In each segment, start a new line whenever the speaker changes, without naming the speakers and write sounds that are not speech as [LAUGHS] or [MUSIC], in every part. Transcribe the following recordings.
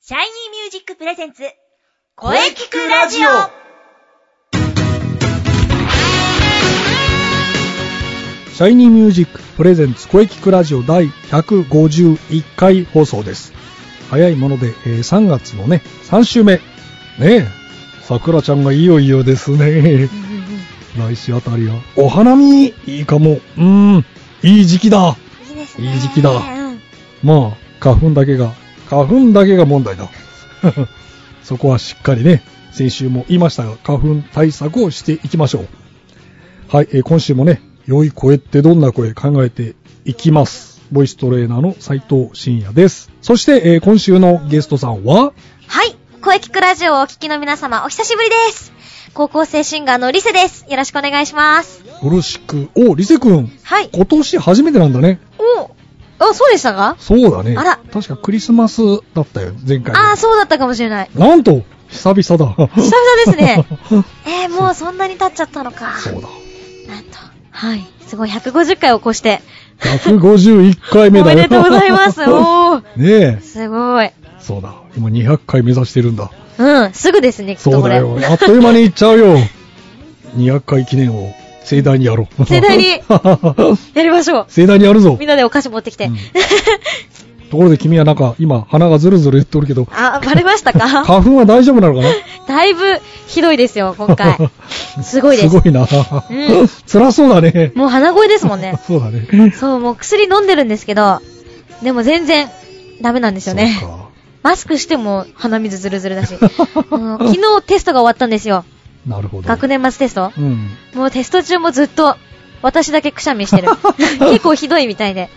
シャイニーミュージックプレゼンツ、
声聞くラジオ
シャイニーミュージックプレゼンツ声聞くラジオ第151回放送です。早いもので、えー3月のね、3週目。ねえ、桜ちゃんがいよいよですね。来週あたりは、お花見いいかも。うーん、いい時期だ。
いいです
いい時期だ
うん。
まあ、花粉だけが、花粉だけが問題だ。 [LAUGHS] そこはしっかりね、先週も言いましたが、花粉対策をしていきましょう。はい、えー今週もね、良い声ってどんな声考えていきます。ボイストレーナーの斉藤慎也です。そして、えー今週のゲストさんは、
はい。声聞くラジオをお聞きの皆様、お久しぶりです。高校生シンガーのリセです。よろしくお願いします。
よろしく。お、リセ君。
はい。
今年初めてなんだね。
おあ、そうでしたか
そうだね。
あら
確かクリスマスだったよ、前回。
あー、そうだったかもしれない。
なんと、久々だ。
久々ですね。 [LAUGHS] えー、もうそんなに経っちゃったのか。
[LAUGHS] そうだ。
なんと。はい。すごい、150回を越して。
151回
お
目だよ。
めでとうございます。
[LAUGHS]
おー。
ねえ、
すごい。
そうだ。今200回目指してるんだ。
うん、すぐですね、きっと
そう
こ
だ
れ。
よ。あっという間にいっちゃうよ。200回記念を盛大にやろう。
盛大に [LAUGHS] やりましょう。
[LAUGHS] 盛大にやるぞ
み。んなでお菓子持ってきて。
うん
[LAUGHS]
ところで君はなんか、今鼻がズルズル言っとるけど、
あ、バレましたか
花粉は大丈夫なのかな
だいぶひどいですよ、今
[LAUGHS]
回。すごいです
す。ごい
う
な。
ん
[LAUGHS] 辛そうだね。。
もう鼻声ですもんね
そうだね。
そう、もう薬飲んでるんですけど、でも全然ダメなんですよね。
そうか
マスクしても鼻水ズルズル
[LAUGHS]
だし。うん昨日テストが終わったんですよ。
なるほど。
学年末テスト。
うん。
もうテスト中もずっと私だけくしゃみ
[LAUGHS]
してる。結構ひどいみたいで。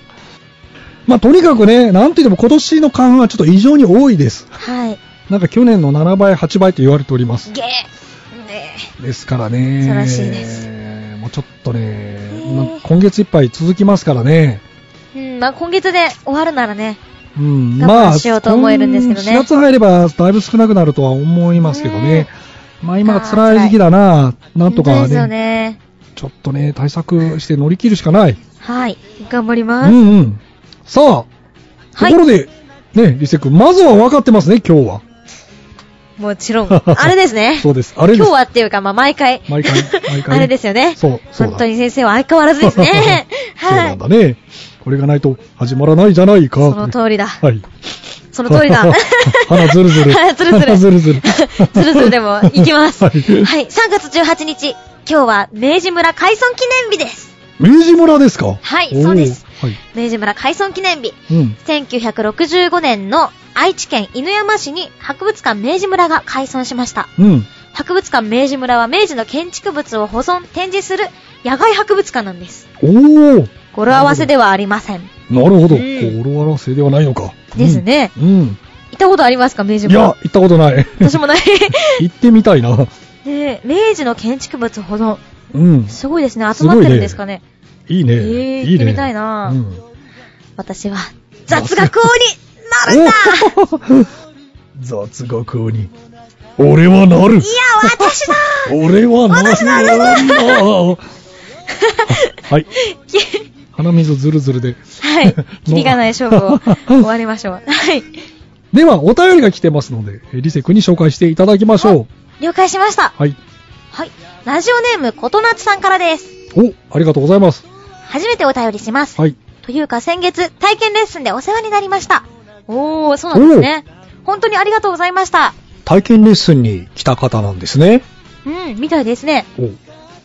まあ、とにかくね、なんといっても今年の花粉はちょっと異常に多いです。
はい。
なんか去年の7倍、8倍と言われております。
げー。ね
ですからね。
恐ろしいです
もうちょっとね、
ー
まあ今月いっぱい続きますからね。
えうん、まあ今月で終わるならね。
うん、
我慢
まあ、
しようと思えるんですけどね
4月入ればだいぶ少なくなるとは思いますけどね。まあ今は辛い時期だな。なんと
本当
か
ですよ
ね
ね。
ちょっとね、対策して乗り切るしかない。
はい。頑張り
う
ます。
んうん。さあ、
は
と
い
ころで、ね、リセ君、まずは分かってますね、今
[LAUGHS]
日は。
もち
[LAUGHS]
ろん。あれですね。
そうです。あれです。
今日はっていうか、まあ、毎回。
毎回毎
[LAUGHS]
回
あれですよね。
そうそうだ。
本当に先生は相変わらずですね
そう
は
なん
い。
だね。これがないと始まらないじゃないか。
その通りだ。
はい。。
その通りだ [LAUGHS]
[LAUGHS] 鼻ズルズル
鼻ズルズル。
鼻ズルズ
[LAUGHS]
ル
ズルズルでも、いきます。
は
はいい。3月18日、今日は明治村開村記念日です。
明治村ですか
はい
おー
そうです
はい。
明治村開村記念日。
うん。
1965年の愛知県犬山市に博物館明治村が開村しました。
うん。
博物館明治村は明治の建築物を保存、展示する野外博物館なんです。
おー
語呂合わせではありません。
なるほど。
うん
語呂合わせではないのか。
ですね。
うん。
行ったことありますか明治
うん。いや
村。、
行ったことない。
私もない。 [LAUGHS]
行ってみたいな。
で、明治の建築物保存。
うん。
すごいですね。集まってるんですかね。
いいね。
えー
いいね。
行ってみたいな
うん。
私は、雑学王になるんだ
お [LAUGHS] 雑学王に。俺はなる。
いや、
[LAUGHS]
私だ
俺はなる。はい。鼻水ズルズルで。
はい。キリがない勝負を終わりましょう。はい。
では、お便りが来てますので、えーリセ君に紹介していただきましょう。
了解しました。
はい。
はい。ラジオネーム、ことなつさんからです。
お、ありがとうございます。
初めてお便りします。
はい。
というか、先月、体験レッスンでお世話になりました。おー、そうなんですね。本当にありがとうございました。
体験レッスンに来た方なんですね。
うん、みたいですね。
お、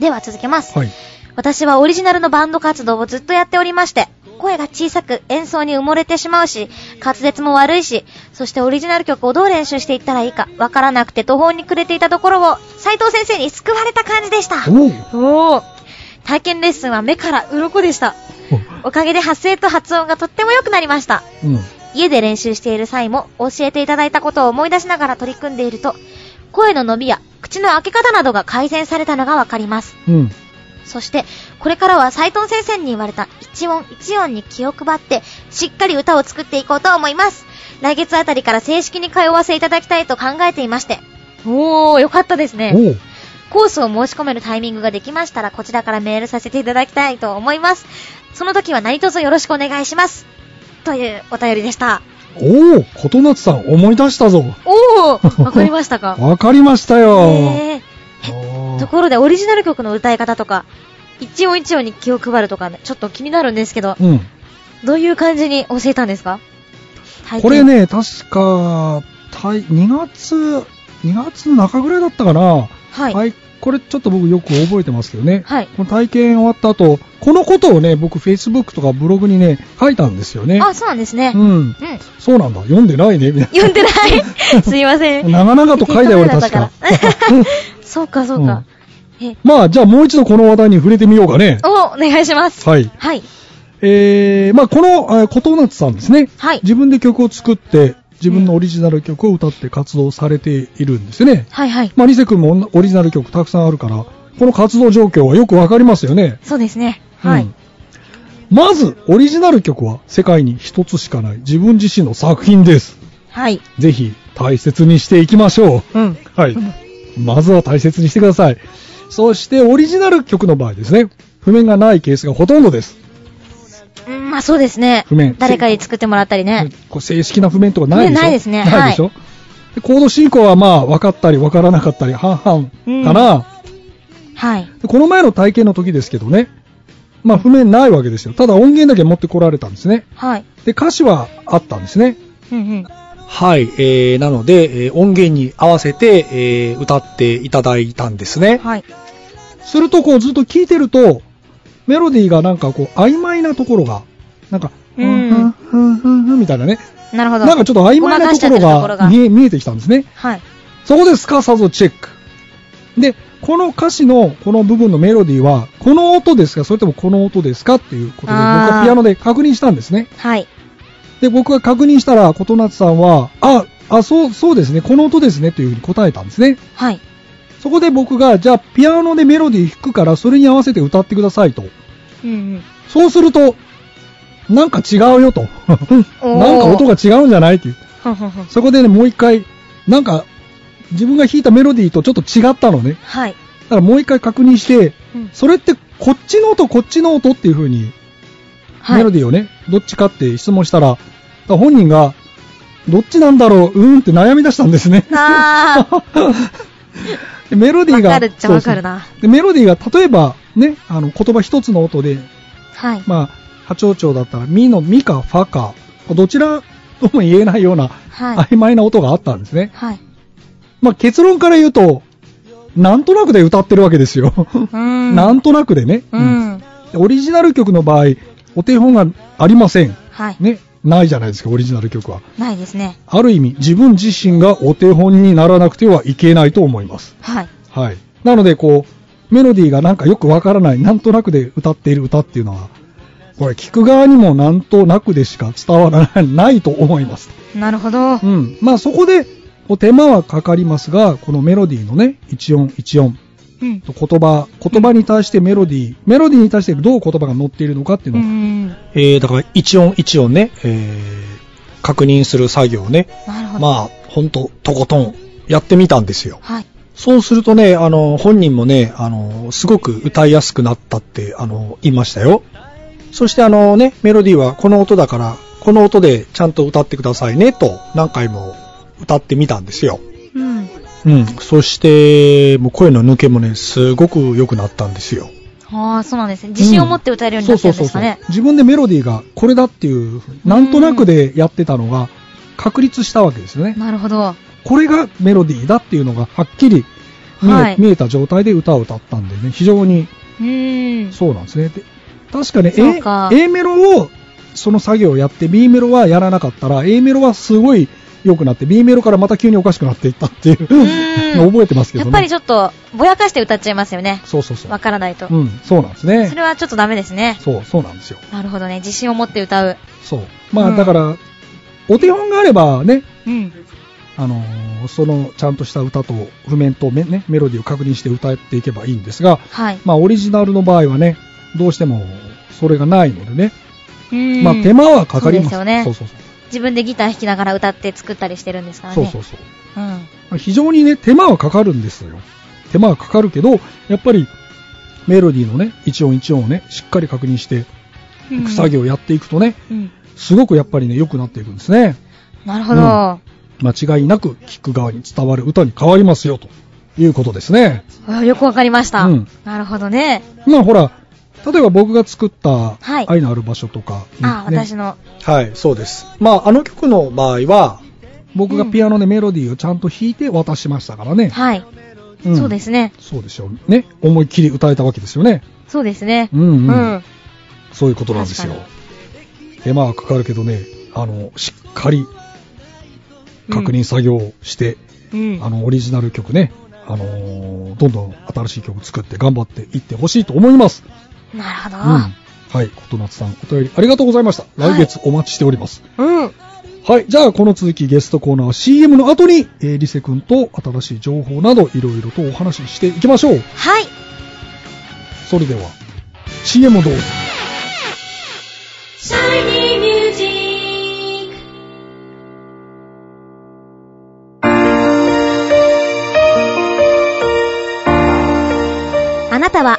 では続けます。
はい。
私はオリジナルのバンド活動をずっとやっておりまして、声が小さく演奏に埋もれてしまうし、滑舌も悪いし、そしてオリジナル曲をどう練習していったらいいかわからなくて途方に暮れていたところを、斉藤先生に救われた感じでした。
お
おお体験レッスンは目から鱗でした。おかげで発声と発音がとっても良くなりました。
うん。
家で練習している際も教えていただいたことを思い出しながら取り組んでいると、声の伸びや口の開け方などが改善されたのがわかります。
うん。
そして、これからは斉藤先生に言われた一音一音に気を配って、しっかり歌を作っていこうと思います。来月あたりから正式に通わせいただきたいと考えていまして。おー、よかったですね。
お
コースを申し込めるタイミングができましたら、こちらからメールさせていただきたいと思います。その時は何卒よろしくお願いします。というお便りでした。
おお、琴夏さん思い出したぞ。
お
[LAUGHS]
ーわかりましたか
わかりましたよ。
えーところでオリジナル曲の歌い方とか、一音一音に気を配るとかね、ちょっと気になるんですけど、
うん。
どういう感じに教えたんですか体験
これ。ね、確か、体2月、2月の中ぐらいだったかな。
はい。
はい。これちょっと僕よく覚えてますけどね。
はい
この体験終わった後、このことをね、僕 Facebook とかブログにね、書いたんですよね。
あ、そうなんですね。
う
うん。
ん。そうなんだ。読んでないね、みたい
読んでない
[LAUGHS]
すいません。
な。長々と書いたよ、俺確か。
[LAUGHS] そうか、そうか。え、
[LAUGHS] まあ、じゃあもう一度この話題に触れてみようかね。
お、お願いします。
はい。
はい。
えー、まあ、この、えー琴夏さんですね。
はい
自分で曲を作って、自分のオリジナル曲を歌って活動されているんですよね。
はい、はい。
まあ、リセ君もオリジナル曲たくさんあるから、この活動状況はよくわかりますよね。
そうですね。は
う
い
ん。まず、オリジナル曲は世界に一つしかない自分自身の作品です。
はい。
ぜひ、大切にしていきましょう。
うん。
はい。まずは大切にしてください。そして、オリジナル曲の場合ですね。譜面がないケースがほとんどです。
うんまあそうですね
譜面。
誰かに作ってもらったりね。
こう正式な譜面とかないでしょ
ねないですね
ないでしょ、でコード進行はまあ、分かったり分からなかったり、半々かな。
はい。
でこの前の体験の時ですけどね。まあ、譜面ないわけですよ。ただ音源だけ持ってこられたんですね。
はい。
で、歌詞はあったんですね。
うんうん。
はい、えー、なので、えー音源に合わせて、えー歌っていただいたんですね。
はい。
すると、こう、ずっと聴いてると、メロディーがなんかこう、曖昧なところが、なんか、
うん
ふんふんふんふんみたいなね、
なるほど。
なんかちょっと曖
ご
昧なところ
まかしちゃってるところ
が
が
見え見えてきたんですね。
はい。
そこですかさぞチェック。で、この歌詞のこの部分のメロディーは、この音ですかそれともこの音ですかっていうことで、僕
あー
はピアノで確認したんですね。
はい。
で、僕が確認したら、琴夏さんは、あ、あ、そう、そうですね、この音ですね、というふうに答えたんですね。
はい。
そこで僕が、じゃあ、ピアノでメロディー弾くから、それに合わせて歌ってくださいと。
うんうん。
そうすると、なんか違うよと。
おー
なんか音が違うんじゃないっていう。
ほんほんほん
そこでね、もう一回、なんか、自分が弾いたメロディーとちょっと違ったのね。
はい。
だからもう一回確認して、
うん
それってこっちの音、こっちの音っていう風に、
はい。
メロ
デ
ディーをね、どっちかって質問したら、だから本人が、どっちなんだろう、うーんって悩み出したんですね。
あー
[LAUGHS] でメロディーが。
わかるっちゃわかるな
そうそうで、メロディーが、例えば、ね、あの、言葉一つの音で、
はい。
まあ、波長長だったら、ミのミかファか、どちらとも言えないような、
はい
曖昧な音があったんですね。
はい。
まあ、結論から言うと、なんとなくで歌ってるわけですよ。
うーん。
なんとなくでね、
う
うん
ん。
でオリジナル曲の場合、お手本がありません。
はい。
ね。ないじゃないですか、オリジナル曲は。
ないですね。
ある意味、自分自身がお手本にならなくてはいけないと思います。
はい。
はい。なので、こう、メロディーがなんかよくわからない、なんとなくで歌っている歌っていうのは、これ、聞く側にもなんとなくでしか伝わらないないと思います。
なるほど。は
うん。まあ、そこで、お手間はかかりますが、このメロディーのね、一音一音、
うん。
言葉、言葉に対してメロディー、メロディーに対してどう言葉が乗っているのかっていう
う
のを、
ん。
えー、だから一音一音ね、えー、確認する作業をね、
なるほど。
まあ、ほんと、とことん、やってみたんですよ。
はい。
そうするとね、あの、本人もね、あの、すごく歌いやすくなったって、あの、言いましたよ。そしてあのね、メロディーはこの音だから、この音でちゃんと歌ってくださいね、と何回も歌ってみたんですよ。
うん。
うん。そして、もう声の抜けもね、すごく良くなったんですよ。
ああ、そうなんですね。自信を持って歌えるようになってるんですかね。
自分でメロディーがこれだっていう、なんとなくでやってたのが、確立したわけですよね。
なるほど。
これがメロディーだっていうのがはっきり見え,、
はい
見えた状態で歌を歌ったんでね、非常に
うーん。
そうなんですね。で確かね
そうか
A、A メロをその作業をやって、B メロはやらなかったら、A メロはすごい良くなって、B メロからまた急におかしくなっていったっていう
ーん
のを [LAUGHS] 覚えてますけ
や
ど
っ
ね。
ぱりちょっと、ぼやかして歌っちゃいますよね。
そうそうそう
わ。からないと。
うん、そうなんです
そ
ね。
れはちょっとダメですね。
そう、そうなんですよ。
なるほどね。自信を持って歌う。
そう。まあ、
うん
だから、お手本があればね、
うん。
あのーそのちゃんとした歌と譜面とメ,、ね、メロディーを確認して歌っていけばいいんですが、
はい。
まあ、オリジナルの場合はね、どうしてもそれがないのでね、
うーん
まあ、手間はかかります。
そうですよね
そうそうそう。
自分でギター弾きながら歌って作ったりしてるんですからね。
そうそうそう
うん。
まあ非常にね、手間はかかるんですよ。手間はかかるけど、やっぱりメロディーのね、一音一音をね、しっかり確認していく作業をやっていくとね、
うん。
すごくやっぱりね、良くなっていくんですね。
なるほど。
うん間違いなく聞く側に伝わる歌に変わりますよ、ということですね。
あよくわかりました、
うん
なるほどね。
まあほら、例えば僕が作った
はい
愛のある場所とか、
あ、
ね
私の。
はい、そうです。まああの曲の場合は、僕がピアノでメロディーをちゃんと弾いて渡しましたからね。
はい、
ん
そうですね。
そうでしょうね。思いっきり歌えたわけですよね。
そうですね。
うんうん
うん。
そういうことなんですよ
確。
手間はかかるけどね、あの、しっかり確認作業をして、
うん。
あの、オリジナル曲ね、あのーどんどん新しい曲作って頑張っていってほしいと思います。
なるほど
うん。はい、琴夏さん、お便りありがとうございました。
はい
来月お待ちしております。。
うん。
はい、じゃあこの続きゲストコーナーは CM の後に、えー、リセ君と新しい情報などいろいろとお話ししていきましょう。
はい。
それでは、CM をどうぞ。
あなたは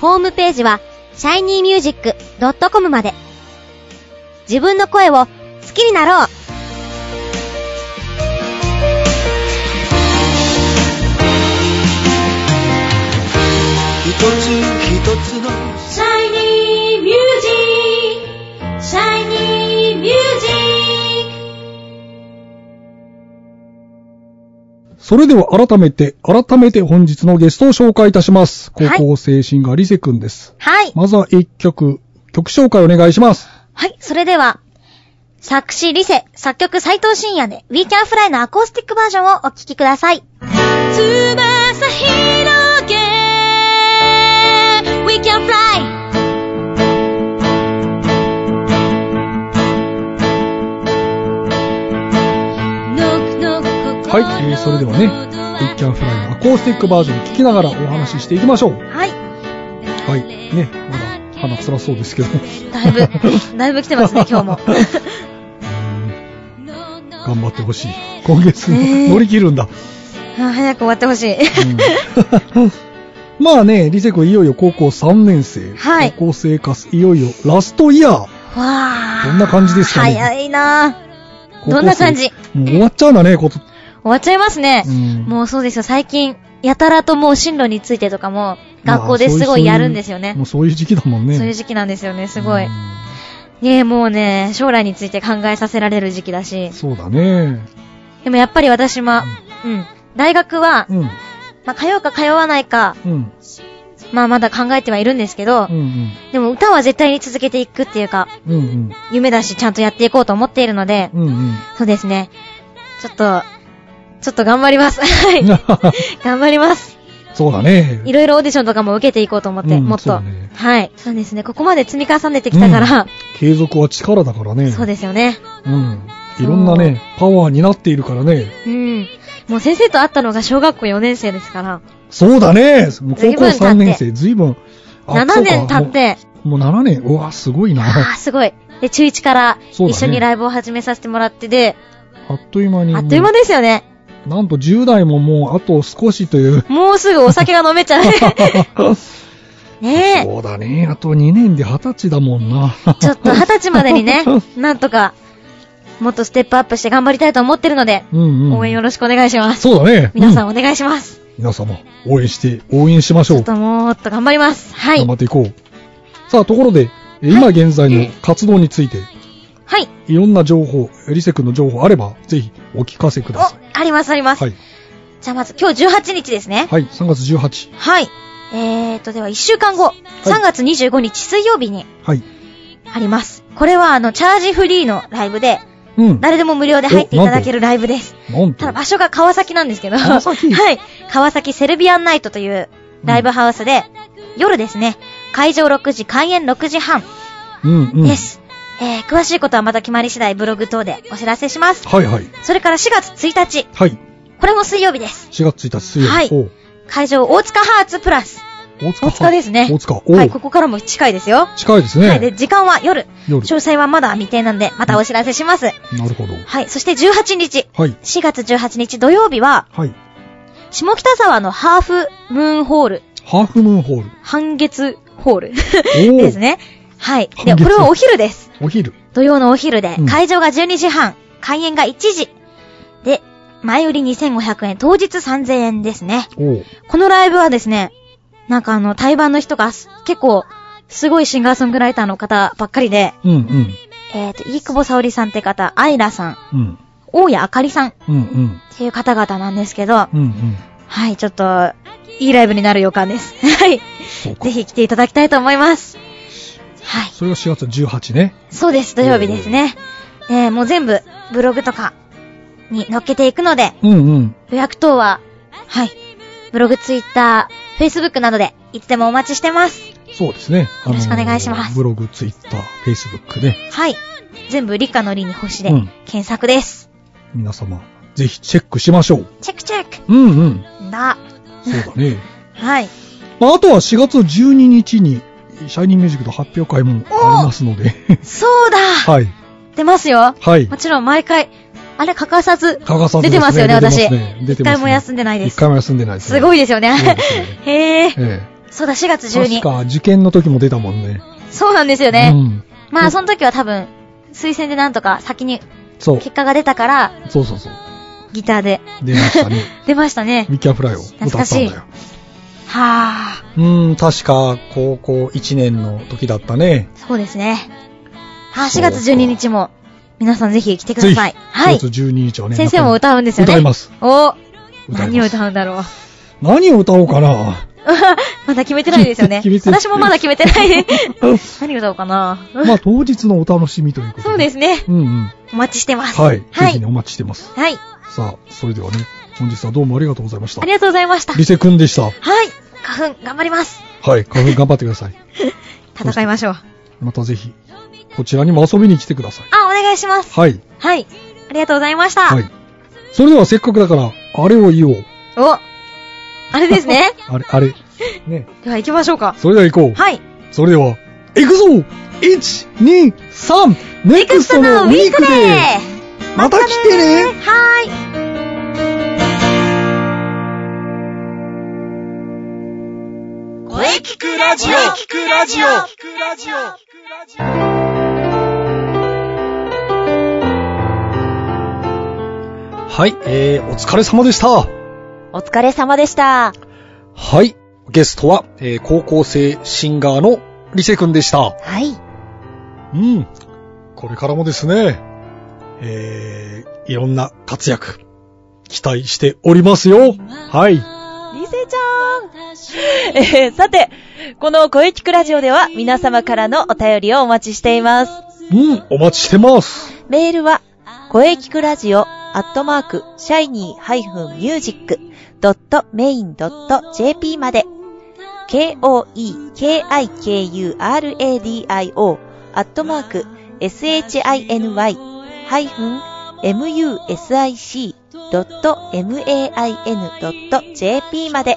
ホームページは shinymusic.com まで自分の声を好きになろう
一つ一つの
Shiny Music! Shiny Music!
それでは改めて、改めて本日のゲストを紹介いたします。高校生シンガーリセ君です。
はい。
まずは一曲、曲紹介お願いします。
はい、それでは、作詞リセ、作曲斉藤慎也で We Can Fly のアコースティックバージョンをお聴きください。
翼広げ We can fly!
はい、えーそれではね、We Can Fly のアコースティックバージョンを聴きながらお話ししていきましょう。
はい。
はい、ね、まだ鼻辛そうですけど、う
だいぶ、だいぶ来てます
[LAUGHS]
ね、今日も。
ーん頑張ってほしい。今月乗り切るんだ。
あ早く終わってほしい。
うん [LAUGHS] まあね、リセ君いよいよ高校3年生。
はい
高校生活いよいよラストイヤー。
わあ。
どんな感じですかね
早いなぁ
高校生
どんな感じ
もう終わっちゃうんだね、こと。
終わっちゃいますね。
うん
もうそうですよ、最近、やたらともう進路についてとかも、学校ですごいやるんですよね
まあ。そういうそういうもうそういう時期だもんね。
そういう
期
時期なんですよね、すごい。ねえ、もうね、将来について考えさせられる時期だし。
そうだね。
でもやっぱり私は、うん。大学は、
うん。
まあ、通うか通わないか、
うん。
まあ、まだ考えてはいるんですけど、
うん。
でも歌は絶対に続けていくっていうか、
うん。うん。
夢だし、ちゃんとやっていこうと思っているので、
うん。うん。 [LAUGHS]
そうですね。ちょっと、ちょっと頑張ります。 [LAUGHS] はい。頑張ります。
そうだね。
いろいろオーディションとかも受けていこうと思って、
うん
もっ
そう
と、
だね
はい。そうですね。ここまで積み重ねてきたから、
継続は力だからね。
そう
で
ですよね。
す。うん。いろんなね、パワーになっているからね。
うん。もう先生と会ったのが小学校4年生ですから、
そうだね。もう高
随
校
分経って
3年生、ずいぶん。あ
7年
そうか
経って、
もう。もう7年。うわ、すごいな。
ああ、すごい。で、中1から
そうだね
一緒にライブを始めさせてもらってで、
あっという間に。
あっという間ですよね。
なんと10代ももうあと少しという。
もうすぐお酒が飲めち
[LAUGHS]
ゃう。ねえ。
そうだね。あと2年で20歳だもんな。
ちょっと二十歳までにね、なんとか、もっとステップアップして頑張りたいと思ってるので、
[LAUGHS] うんうん。
応援よろしくお願いします。
そうだね。
皆さん
う
お願いします。
皆様、応援して、応援しましょ
ちょ
う
っ。ともっと頑張ります。は
頑
い
張。っていこう。さあ、ところで、え今現在の活動について、
はい。
いろんな情報、リセ君の情報あれば、ぜひお聞かせく
お
ださい。、
ありますあります。
はい。
じゃあまず今日18日ですね。
はい、3月18。
はい。えーと、では1週間後、3月25日水曜日に
はい。
あります。これはあの、チャージフリーのライブで、
うん。
誰でも無料で入っていただけるライブです。
なんと
ただ。場所が川崎なんですけど。
川崎
[LAUGHS] はい。川崎セルビアンナイトというライブハウスで、夜ですね。会場6時、開演6時半。
うんうん。
です。えー、詳しいことはまた決まり次第ブログ等でお知らせします。
はいはい。
それから4月1日、
はい。
これも水曜日です。
4月1日水曜日。
はい
おう
会場大塚ハーツプラス。
大塚
大塚ですね
大塚。おう
はい、ここからも近いですよ。
近いですね。
はい、で、時間は夜。
夜。
詳細はまだ未定なんで、またお知らせします。
なるほど。
はい、そして18日、
はい。
4月18日土曜日は、
はい。
下北沢のハーフムーンホール、
ハーフムーンホール。
半月ホール
おお
[LAUGHS] ですね。はい。で、
半月
これはお昼です。
お昼。
土曜のお昼で
うん、
会場が12時半、開演が1時。で、前売り2500円、当日3000円ですね。
おう
このライブはですね、なんかあの、台湾の人がす結構、すごいシンガーソングライターの方ばっかりで、
うんうん。
えっ、と、飯久保沙織さんって方、アイラさん、
うん。
大谷あかりさんっ
うんうん。
ていう方々なんですけど、
うんうん。
はい、ちょっと、いいライブになる予感です。 [LAUGHS] はい。
そうか
ぜ。ひ来ていただきたいと思います。はい。
それが4月18ね。
そうです、土曜日ですね。えー、もう全部、ブログとかに載っけていくので、
うんうん。
予約等は、はい、ブログ、ツイッター、フェイスブックなどで、いつでもお待ちしてます。
そうですね。あ
よ
のー
ろしくお願いします
ブログ、ツイッター、フェイスブックね。
はい。全部理科の理に星で
うん
検索です。
皆様、ぜひチェックしましょう。
チェックチェッ
うんうん。
クだ。
そうだね。
はい。
[LAUGHS] まあ、あとは4月12日に、シャイニーミュージックの発表会もありますので。
そうだ、
[LAUGHS] はい。
出ますよ。
はい
も。ちろん毎回、あれ欠かさず、
加賀さん
出てますよね、私。
出てますね出て
一
ますね
回も休んでないで
一
す。
回も休んでないです、ね。
すご
い。
いですよね。
そうですね
[LAUGHS] へえ。
え
そうだ、4月
え。
12
確。か、受験の時も出たもんね。
そうなんですよ
う
ね。
ん。
まあ、その時は多分、推薦でなんとか先に
そう。
結果が出たから、
そうそうそう。
ギターで
出まし
[LAUGHS]
たね。
出ましたね。
ミキャフライを歌ったんだ
懐
よ
か。はあ、
うーん、確か、高校1年の時だったね。
そうですね。あ、
そ
4
うか
月12日も、皆さんぜひ来てください。は
4
い
月。12日はね。
先生も
中
歌うんですよね。
歌います。
お
に歌います。
何を歌うんだろう。 [LAUGHS]
何を歌おうかな。
まだ決めてないですよね
[LAUGHS] 決め。てない
私もまだ決めてない。 [LAUGHS]
[LAUGHS]
何歌おうかな。
まあ、当日のお楽しみということで。。
そうですすね。
うんうん。
お待ちしてます。
はい。ぜ
は
ひ
い
ね、。お待ちしてます。
はい。
さあ、それではね、本日はどうもありがとうございました
あり。がとうございました。は
リ
い。
セ君でした。
花粉、頑張ります。
はい。花粉頑張ってください。 [LAUGHS]
戦いましょう。あ、
またぜひ、こちらにも遊びに来てください。
お願いします。
はい。
はい。ありがとうございました。
はい。それではせっかくだから、あれを言おう。
おあれですね。 [LAUGHS]
あれ、 [LAUGHS] あれ。ね。
では行きましょうか。
それでは行こう。
はい。
それでは、行くぞ !1、2、3、ネクストのウィークデーまた来てね
はーい。
声聞くラジオ聞くラジオ
はい、えー、お疲れ様でした。
お疲れ様でした。
はい、ゲストは、えー、高校生シンガーのリセ君でした。
はい。
うん。これからもですね、えー、いろんな活躍、期待しておりますよ。はい。
リセちゃんえーさて、この声聞くラジオでは皆様からのお便りをお待ちしています。
うん、お待ちしてます。
メールは、声聞くラジオ、アットマーク、シャイニー -music.main.jp まで、k-o-e-k-i-k-u-r-a-d-i-o、アットマーク、shiny-music.main.jp まで、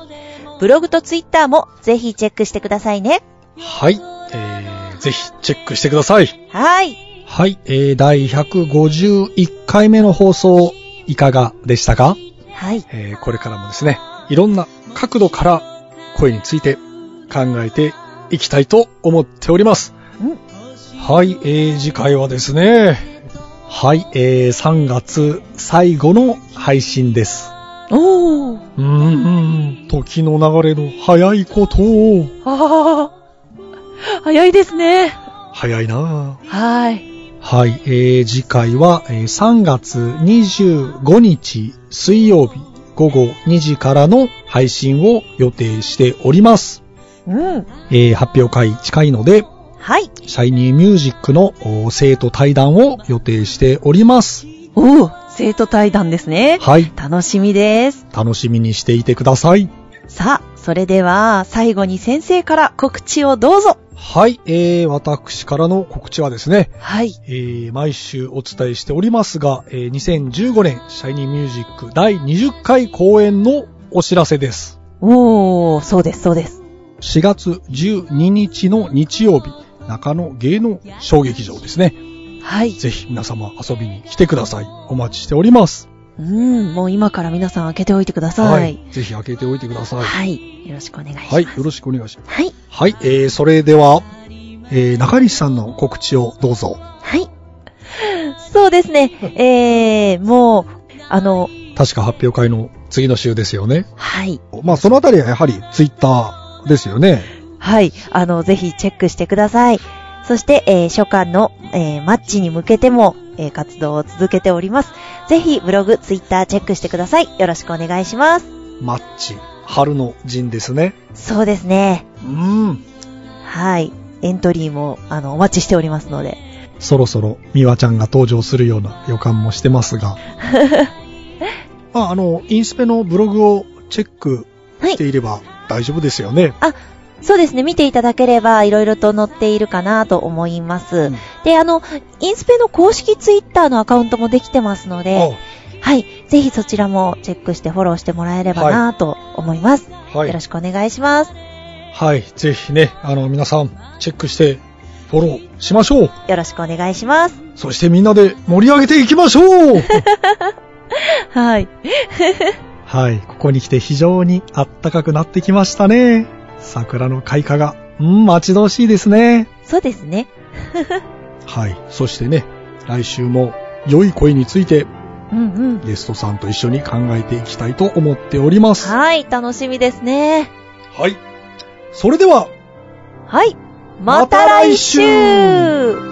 ブログとツイッターもぜひチェックしてくださいね。
はい、えー、ぜひチェックしてください。
はい。
はい、えー、第151回目の放送、いかがでしたか、
はい。
えー、これからもですね、いろんな角度から声について考えていきたいと思っております。はい、えー、次回はですね、はい、えー、3月最後の配信です。
おー。
うーん、時の流れの早いことを、
ああ、早いですね。
早いなぁ。
はい。
はい、えー、次回は、えー3月25日水曜日午後2時からの配信を予定しております。
うん。
えー発表会近いので、
はい。
シャイニーミュージックのお生徒対談を予定しております。
おお、生徒対談ですね。
はい、
楽しみです。
楽しみにしていてください。
さあ、それでは、最後に先生から告知をどうぞ。
はい、えー、私からの告知はですね、
はい。
えー毎週お伝えしておりますが、えー2015年、シャイニーミュージック第20回公演のお知らせです。
おー、そうです、そうです。
4月12日の日曜日、中野芸能小劇場ですね。
はい。
ぜひ皆様遊びに来てください。お待ちしております。
うん、もう今から皆さん開けておいてください。
ぜひ開けておいてください。
は。
はい
よろしくお願いします。
い、よろしくお願いします。
はい。
はい、えー、それでは、えー、中西さんの告知をどうぞ。
はい。
そうですね。えー、もう、あの、
確か発表会の次の週ですよね。
はい。
まあ、そのあたりはやはりツイッターですよね。
はい。あの、ぜひチェックしてください。そして、えー初夏の、えーマッチに向けても、えー活動を続けております。ぜひ、ブログ、ツイッターチェックしてください。よろしくお願いします。
マッチ、春の陣ですね。
そうですね。
うん。
はい。エントリーも、あの、お待ちしておりますので。
そろそろ、ミワちゃんが登場するような予感もしてます [LAUGHS] が。まあ、あの、インスペのブログをチェック
はい
していれば大丈夫ですよね。
あ、そうですね。見ていただければ、いろいろと載っているかなと思います。
ん
で、あの、インスペの公式ツイッターのアカウントもできてますので、はい。ぜひそちらもチェックしてフォローしてもらえればなと思います。
あは
よろ
い。
しくお願いします。
はい。ぜひね、あの、皆さん、チェックして、フォローしましょう。
よろしくお願いします。
そしてみんなで盛り上げていきましょ [LAUGHS] う
はい。
はい、ここに来て非常にあったかくなってきましたね。桜の開花が、うん、待ち遠しいですね。
そうですね。
はい、そしてね、来週も良い恋について
うんうん。
ゲストさんと一緒に考えていきたいと思っております。は
はい。楽しみですね。
い。それでは、
はい。
また来週
また来週